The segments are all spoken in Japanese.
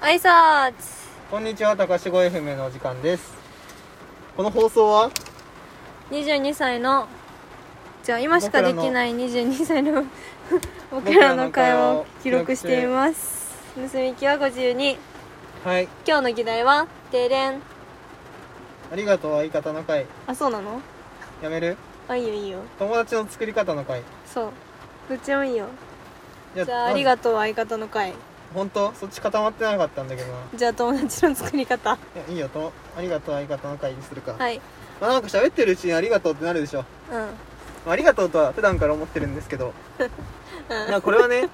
挨拶こんにちは、高志声 FM のお時間です。この放送は、 22歳のじゃあ今しかできない22歳の僕僕ららのの会会話話をを記記録録ししてています盗み聞きは52はい、今日の議題は「デレンありがとう相方の会、」あそうなのやめるあいいよいいよ友達の作り方の会。そうどっちもいいよいやじゃあありがとう相方の会とう。ほんとそっち固まってなかったんだけどな。いじゃあ友達の作り方や、いいよ、と、ありがとう相方の会にするか。はいまあなんか喋ってるうちにありがとうってなるでしょ。うんまあ、ありがとうとは普段から思ってるんですけど、うんまあこれ はね、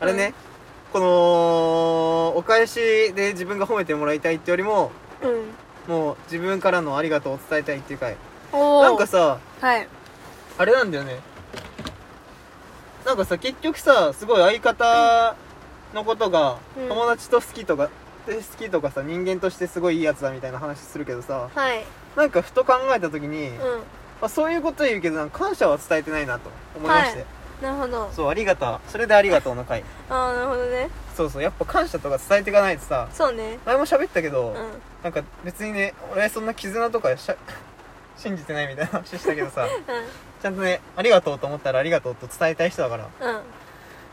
あれね、この、お返しで自分が褒めてもらいたいってよりも、うんもう自分からのありがとうを伝えたいっていう回。おおなんかさ、はいあれなんだよねなんかさ結局さすごい相方のことが、うん友達と好きとかで好きとかさ人間としてすごいいいやつだみたいな話するけどさはいなんかふと考えた時に、うまんあ、そういうこと言うけどなんか感謝は伝えてないなと思いまして、はなるほどそうありがとうそれでありがとうの回ああなるほどねそうそうやっぱ感謝とか伝えていかないとさそうね前も喋ったけど、うんなんか別にね俺そんな絆とかしゃ 信じてないみたいな話したけど さちゃんとねありがとうと思ったらありがとうと伝えたい人だからうんうん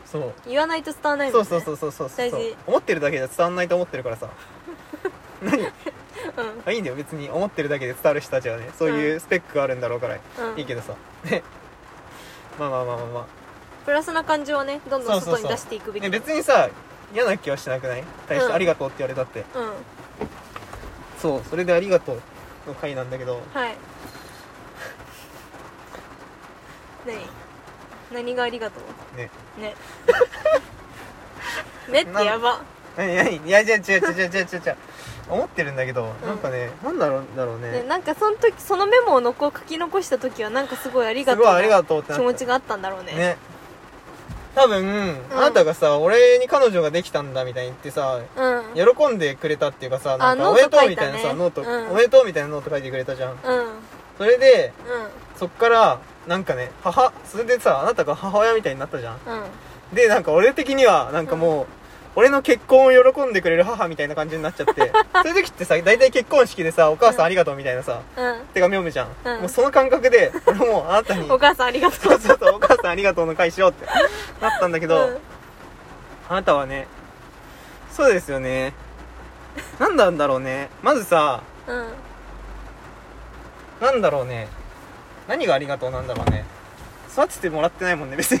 そう言わないと伝わらないもんそうねそうそうそうそうそう大事思ってるだけじゃ伝わんないと思ってるからさ何うんあいいんだよ別に思ってるだけで伝わる人たちはねそういうスペックがあるんだろうから、うんいいけどさねまあまあまあまあまプラスな感情はねどんどん外に出していくあ、べきね、別にさ嫌な気はしなくない大しうて「んありがとう」って言われたって、うんそうそれで「ありがとう」の回なんだけどはい何何がありがとねう ねねってやば何何いや違う違う違う違う違う違う思ってるんだけど、なんかねなんだろうだろうねねなんかその時そのメモをのこ書き残した時はなんかすごいありがすとうごい「あなりがとう」ってなっ気た持ちがあったんだろうねね多分、あなたがさ俺に彼女ができたんだみたいに言ってさうん喜んでくれたっていうかさなんかノおめでートと書ういみたたいねなさノート、うんおめでとうみたいなノート書いてくれたじゃんうんうんそれでそっからなんかね母それでさあなたが母親みたいになったじゃんうんでなんか俺的にはなんかもう、俺の結婚を喜んでくれる母みたいな感じになっちゃって そういう時ってさ大体結婚式でさお母さんありがとうみたいなさう手紙読むじゃん、うんもうその感覚で俺もうあなたにんお母さんありがとそううそうそうお母さんありがとうの会しようってなったんだけど、うんあなたはねそうですよねなんなんだろうねまずさうんなんだろうね何がありがとうなんだろうね育ててもらってないもんね別 に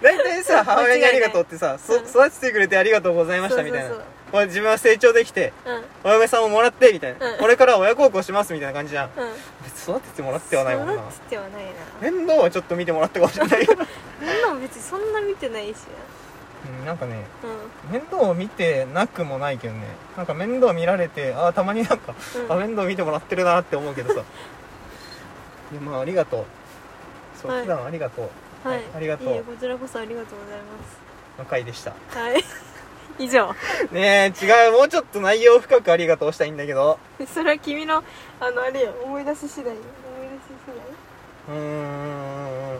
大体さ母親にありがとうってさ、そうん育ててくれてありがとうございましたみたいな俺自分は成長できてうんお嫁さんをもらってみたいな、うんこれから親孝行しますみたいな感じじゃんうん別に育ててもらってはないもんな育ててはないな面倒はちょっと見てもらったかもしれ ないけど、そんなも別にそんな見てないしうん、なんかねなうん面倒を見てなくもないけどねなんか面倒見られてああたまになんか、うんあ面倒見てもらってるなって思うけ どさでまあありがとうそう、はい普段ありがとうはいありがとういえこちらこそありがとうございまの回でしたすはい 以上 ねえ違うもうちょっと内容深くありがとうしたいんだけどそれは君のあのあれよ思い出し次第よ思い出し次第うーんうんうんい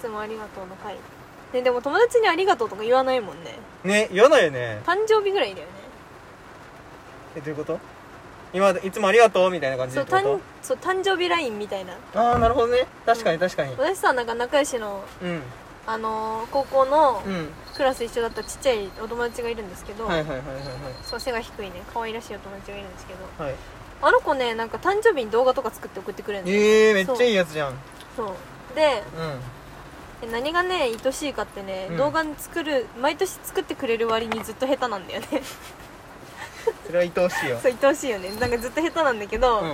つもありがとうの回ねでも友達にありがとうとか言わないもんねね言わないよね誕生日ぐらいだよねえどういうこと今いつもありがとうみたいな感じそでうってこ誕とそう誕生日ラインみたいなああなるほどね確かに確かに私さなんか仲良しの、うんあのー高校のうんクラス一緒だったちっちゃいお友達がいるんですけど、はいはいはいはいそう背が低いね可愛らしいお友達がいるんですけどはいはいあの子ねなんか誕生日に動画とか作って送ってくれるのえー、めっちゃいいやつじゃんうそうでんえ何がね愛しいかってね、うん動画作る毎年作ってくれる割にずっと下手なんだよねそれは愛おしい よそう愛おしいよねなんかずっと下手なんだけど、うん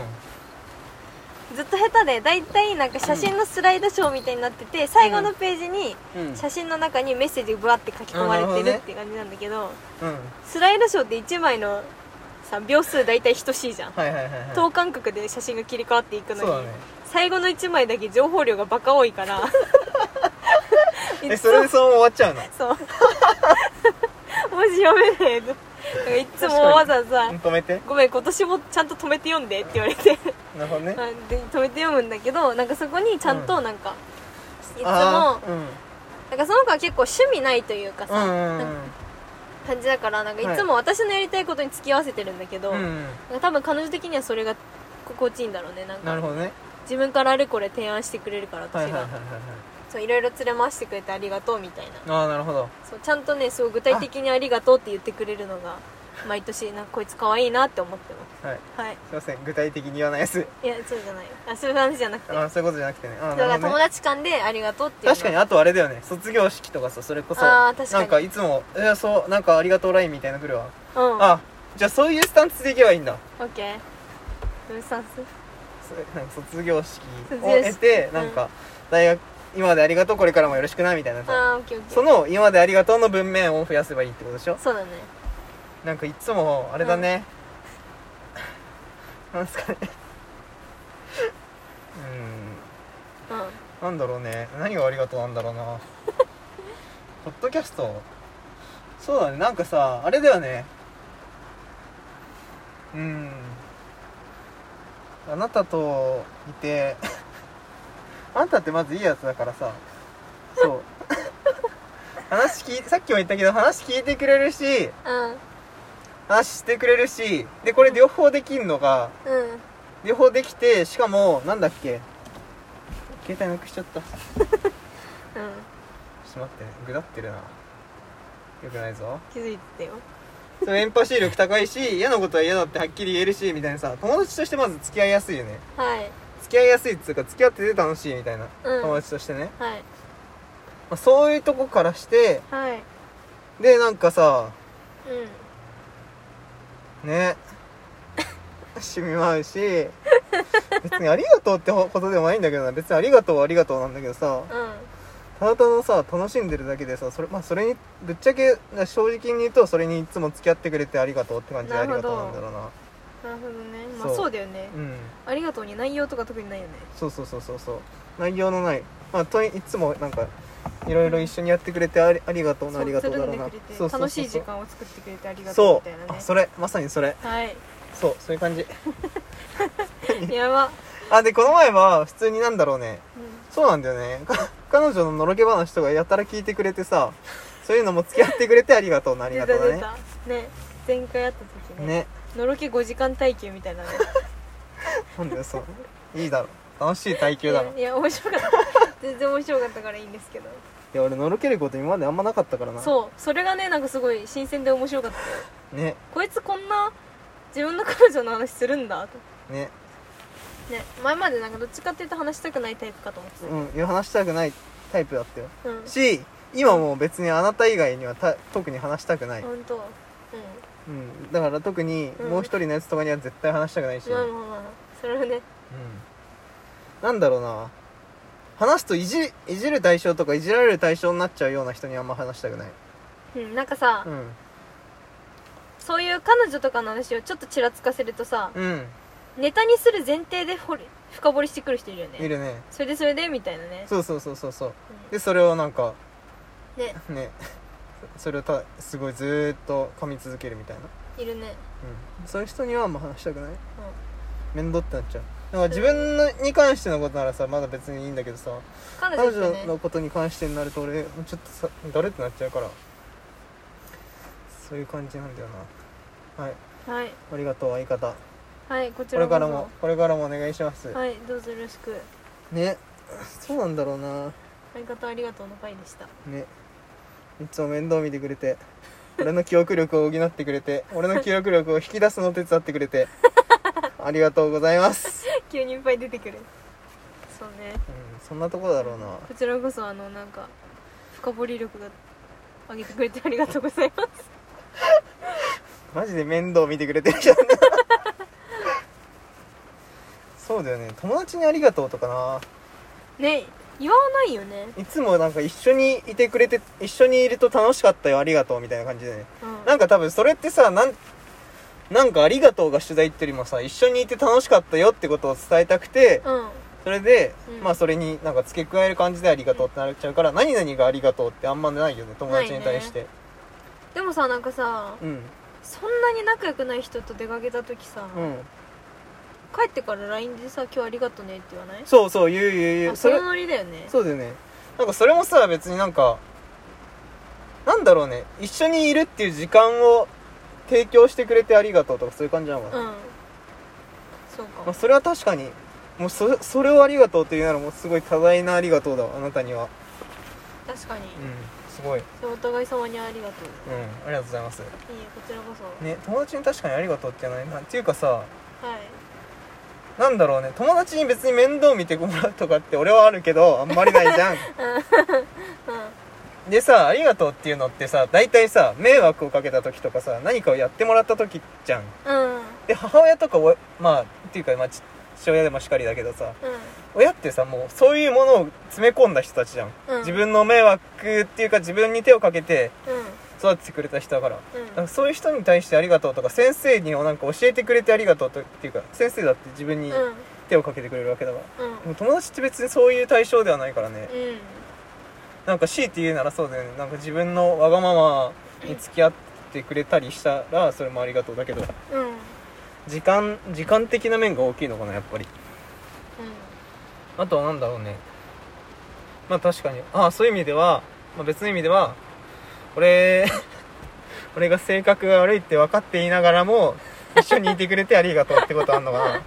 ずっと下手で大体なんか写真のスライドショーみたいになってて、最後のページにうん写真の中にメッセージがぶわって書き込まれてるって感じなんだけど、うんスライドショーって1枚のさ秒数大体等しいじゃん、はいはいはいはい等間隔で写真が切り替わっていくのそうだに、ね最後の1枚だけ情報量がバカ多いから いえつそれでそのまま終わっちゃうのそう 文字読めないとだからいつもわざわざうん止めて「ごめん今年もちゃんと止めて読んで」って言われてなるほどねあで止めて読むんだけどなんかそこにちゃんとなんか、いつもあーうんなんかその子は結構趣味ないというかさ、うんうんうんなんか感じだからなんかはいいつも私のやりたいことに付き合わせてるんだけど、うなんんか多分彼女的にはそれが心地いいんだろうねなんなるかほどね自分からあれこれ提案してくれるから私が、はいはいはいはいそういろいろ連れ回してくれてありがとうみたいなはいああなるほどそうちゃんとねそう具体的にありがとうって言ってくれるのが毎年なんかこいつ可愛いなって思ってまはいすはいすいません具体的に言わないやついやそうじゃないあそういう話じゃなくてあそういうことじゃなくてねあだあかならるほ友どね達間でありがとうっていうの確かにあとあれだよね卒業式とかさそれこそあー確かになんかいつも「いやそうなんかありがとうライン」みたいなの来るわうんあじゃあそういうスタンスでいけばいいんだオッケーどうしたんすそなんか卒業式卒を業式得てうんなんか大学今までありがとうこれからもよろしくなみたいなあさーオッケーオッケーその今までありがとうの文面を増やせばいいってことでしょそうだねなんかいつもあれだね、なんですかねうんうんなんだろうね何がありがとうなんだろうなポッドキャストそうだねなんかさあれだよねうんあなたといて あんたってまずいいやつだからさそう話聞いさっきも言ったけど話聞いてくれるしうん話してくれるしでこれ両方できんのがうん両方できてしかもなんだっけ携帯なくしちゃったちょうんっと待ってねぐだってるなよくないぞ気づいてたよそうエンパシー力高いし嫌なことは嫌だってはっきり言えるしみたいなさ友達としてまず付き合いやすいよねはい付き合いやすいっつうか付き合ってて楽しいみたいな、うん友達としてね、まはいあ、そういうとこからしてはいでなんかさうんね染みまうし別にありがとうってことでもないんだけどな別にありがとうはありがとうなんだけどさうんただたださ楽しんでるだけでさそれ,、まあ、それにぶっちゃけな正直に言うとそれにいつも付き合ってくれてありがとうって感じであなりるほどがとうなんだろうななるほどねまあそうそうだよねうんありがとうに内容とか特にないよねそうそうそうそうそう内容のないまあといいつもなんかいろいろ一緒にやってくれてありありがとうなありがとうだつろるんうでなくれてそうそうそうそう楽しい時間を作ってくれてありがとそうみたいなうあねそれまさにそれはいそうそういう感じやばあでこの前は普通になんだろうねうそうなんだよねか彼女ののろけ話とかやたら聞いてくれてさそういうのも付き合ってくれてありがとうなあんり出がたとうだ出ねたね前回会った時ねねのろけ5時間耐久みたいなねなんだよそういいだろ楽しい耐久だろいや面白かった全然面白かったからいいんですけどいや俺のろけること今まであんまなかったからなそうそれがねなんかすごい新鮮で面白かったねこいつこんな自分の彼女の話するんだとねね前までなんかどっちかっていうと話したくないタイプかと思ってうんいや話したくないタイプだったよたうんし今もう別にあなた以外にはた特に話したくない、本当うんうん、だから特にうんもう一人のやつとかには絶対話したくないし、まあうん、まあまあそれはねなんだろうな話すといじいじる対象とかいじられる対象になっちゃうような人にあんま話したくないうんなんかさ、うんそういう彼女とかの話をちょっとちらつかせるとさ、うんネタにする前提で掘り深掘りしてくる人いるよいねるねそれでそれでみたいなねそうそうそうそうそうでそれをなんかうんね ねそれをたすごいずーっと噛み続けるみたいないるねうん、そういう人にはあんま話したくないうん面倒ってなっちゃうだから自分のに関してのことならさまだ別にいいんだけどさ彼彼女って女ねのことに関してになると俺ちょっとさ誰ってなっちゃうからそういう感じなんだよなはいはいありがとう相方はいこちこられこそからもこれからもお願いします、はいどうぞよろしくねそうなんだろうな相方ありがとうの会でした ねいつも面倒見てくれて俺の記憶力を補ってくれて俺の記憶力を引き出すのを手伝ってくれてありがとうございます、急にいっぱい出てくるそうねうん、そんなとこだろうなこちらこそあのなんか深掘り力が上げてくれてありがとうございます マジで面倒見てくれてるじゃんそうだよね友達にありがとうとかなね言わないよねいつもなんか一緒にいてくれて一緒にいると楽しかったよありがとうみたいな感じでねうんなんか多分それってさなんなんかありがとうが主題っていうよりもさ一緒にいて楽しかったよってことを伝えたくてうんそれで、うんまあそれになんか付け加える感じでありがとうってなっちゃうから、何々がありがとうってあんまないよね友達に対して、でもさなんかさうんそんなに仲良くない人と出かけた時さ、うん帰ってから LINE でさ「今日ありがとね」って言わないそうそう言う言う言あうそのノリだよねそうだよねなんかそれもさ別になんかなんだろうね一緒にいるっていう時間を提供してくれてありがとうとかそういう感じなのかな、うんそうまあ、かそれは確かにもうそそれをありがとうというならもうすごい多大なありがとうだわあなたには確かにうんすごいうんお互い様にありがとうありがとうございますいいえこちらこそ、ね友達に確かにありがとうって言わないなっていうかさはいなんだろうね友達に別に面倒見てもらうとかって俺はあるけどあんまりない じゃんうでさありがとうっていうのってさ大体さ迷惑をかけた時とかさ何かをやってもらった時じゃんんうんで母親とかおまあっていうか、まあ、ち父親でもしかりだけどさ親ってさもうそういうものを詰め込んだ人たちじゃん、うん自分の迷惑っていうか自分に手をかけてうん育ててくれた人だからだうんからそういう人に対してありがとうとか先生にもなんか教えてくれてありがとうとっていうか先生だって自分にうん手をかけてくれるわけだから、うんでも友達って別にそういう対象ではないからね、うんなんか強いて言うならそうだよねなんか自分のわがままに付き合ってくれたりしたらそれもありがとうだけどうん時間時間的な面が大きいのかなやっぱりあとはなんだろうねまあ確かにああそういう意味では、まあ、別の意味では俺 俺が性格が悪いって分かっていながらも一緒にいてくれてありがとうってことあん のかなあ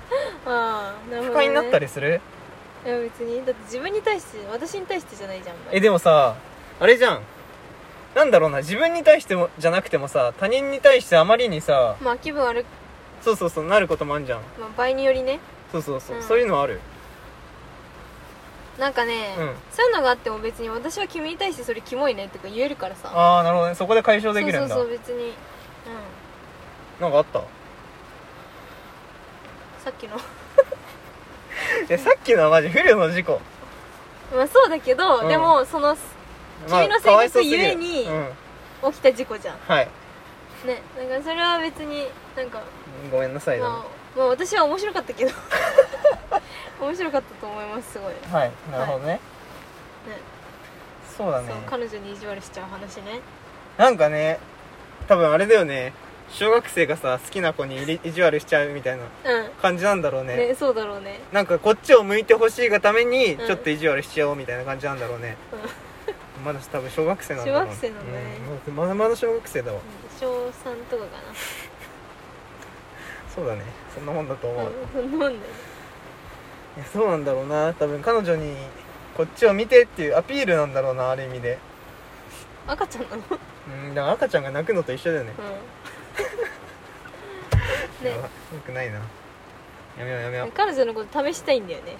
あなるほ不ど、ね、快になったりりするいや別にだって自分に対して私に対してじゃないじゃんえでもさあれじゃんなんだろうな自分に対してもじゃなくてもさ他人に対してあまりにさまあ気分悪く、そうそうそうなることもあんじゃんまあ、場合によりねそうそうそう、うんそういうのあるなんかね、うんそういうのがあっても別に私は君に対してそれキモいねとか言えるからさああなるほどねそこで解消でそきうるそんうだそう別にうんなんかあったさっきの えさっきのはマジ不慮の事故、まあそうだけど、うんでもその君の性格かわいそうすぎるゆえにうん、起きた事故じゃんはいねだからそれは別になんか、ごめんなさいだねまあ、まあ私は面白かった けど面白かったと思いますすごいねはいなるほどね、そうだねそう彼女に意地悪しちゃう話ねなんかね多分あれだよね小学生がさ好きな子にいり意地悪しちゃうみたいなう感じなんだろうんねねそうだろうねなんかこっちを向いてほしいがためにうんちょっと意地悪しちゃおうみたいな感じなんだろうね、まだ多分小学生なんだろう小学生なんだねうんまだまだ小学生だわうん小3とかかなそうだねそんなもんだと思う、いうんそんなもんだよやそうなんだろうな多分彼女にこっちを見てっていうアピールなんだろうなある意味で赤ちゃんなのうんだから赤ちゃんが泣くのと一緒だよねうんねやばよくないなやめようやめよう彼女のこと試したいんだよね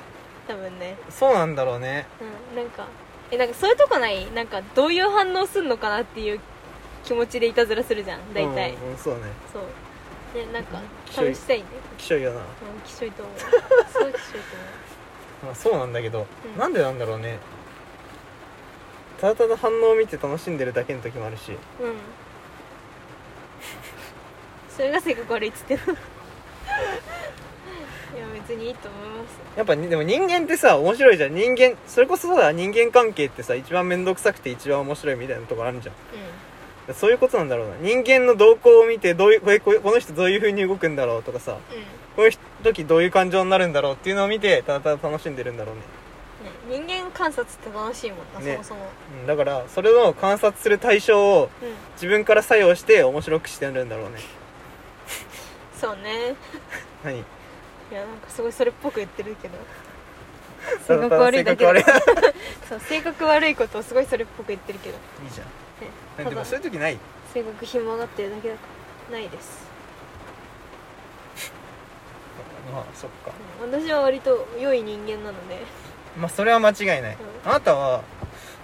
多分ねそうなんだろうねうんなんかえなんかそういうとこないなんかどういう反応すんのかなっていう気持ちでいたずらするじゃん大体、うん、うん、そうねそうねなんかき試しょいしたいんだよきしょいよな、うんきしょい と思うすごいきしょいと思まあ、そうなんだけど、うんなんでなんだろうねただただ反応を見て楽しんでるだけの時もあるしううんそれが性 格悪いっつってるいや別にいいと思いますやっぱにでも人間ってさ面白いじゃん人間それこそさ人間関係ってさ一番面倒くさくて一番面白いみたいなところあるじゃんうそういうことなんだろうな人間の動向を見てどういうこれこれこの人どういう風に動くんだろうとかさんうんこういう時どういう感情になるんだろうっていうのを見てただただ楽しんでるんだろうねね、人間観察って楽しいもんな、ねそもそも、うんだからそれを観察する対象をうん、自分から作用して面白くしてるんだろうねそうね何いやなんかすごいそれっぽく言ってるけどた性だ格ただ悪いだけだ性格悪そう性格悪いことをすごいそれっぽく言ってるけど いいいじねゃんでもそういう時ない性格ひもがってるだけだからないです、まあそっかうん私は割と良い人間なのでまあそれは間違いない、うあなたは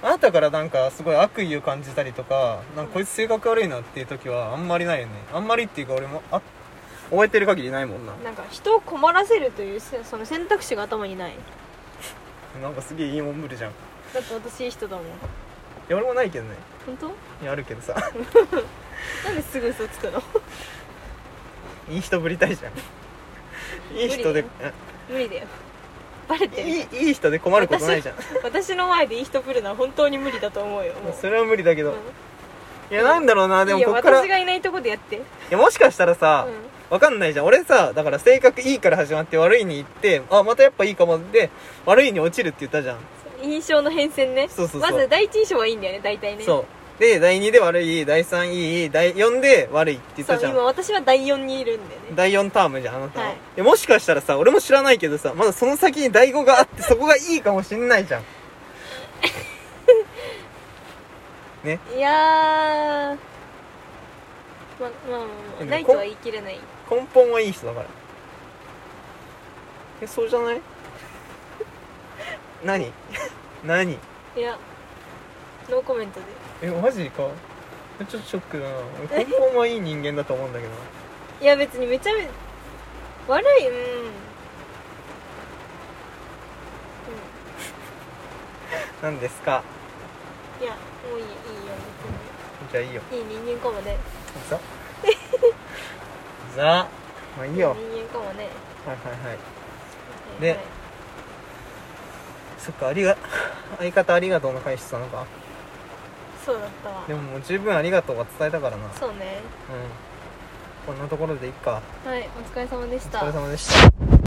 あなたからなんかすごい悪意を感じたりとかなんかこいつ性格悪いなっていう時はあんまりないよねあんまりっていうか俺もあ覚えてる限りないもんななんか人を困らせるというせその選択肢が頭にないなんかすげえいいもんぶるじゃんいだって私いい人だもんや俺もないけどね本当いやあるけどさ なんですぐ嘘つくのいい人ぶりたいじゃんいい人で無無理だよバレてるいいいい人で困ることないじゃん私の前でいい人ぶるのは本当に無理だと思うよもうそれは無理だけど、うんいやなんだろうないでもやこっから私いがいないとこでやってやもしかしたらさ、うんわかんないじゃん俺さだから性格いいから始まって悪いに行ってあまたやっぱいいかもで悪いに落ちるって言ったじゃん、印象の変遷ねそうそうそうまず第一印象はいいんだよね大体ねそううで第2で悪い第3いい第4で悪いって言っそたうじゃん今私は第4にいるんだよね第4タームじゃんあなたは、はいえもしかしたらさ俺も知らないけどさまだその先に第5があってそこがいいかもしんないじゃんいやーままあまあまあでもないとは言い切れない根本はいい人だからえそうじゃない 何 何いやノーコメントでえマジかちょっとショックだな俺根本はいい人間だと思うんだけどないや別にめちゃめ悪いうん、うん、何ですかいやもういいいいよじゃあいいよ別にいい人間かもねザザまあいいよ人間かもねはいはいはいはいではいそっかありが相方ありがとうの返してたのかそうだったわでももう十分ありがとうは伝えたからなうんそうねこんなところでいっかはいお疲れ様でしおた疲れ様でした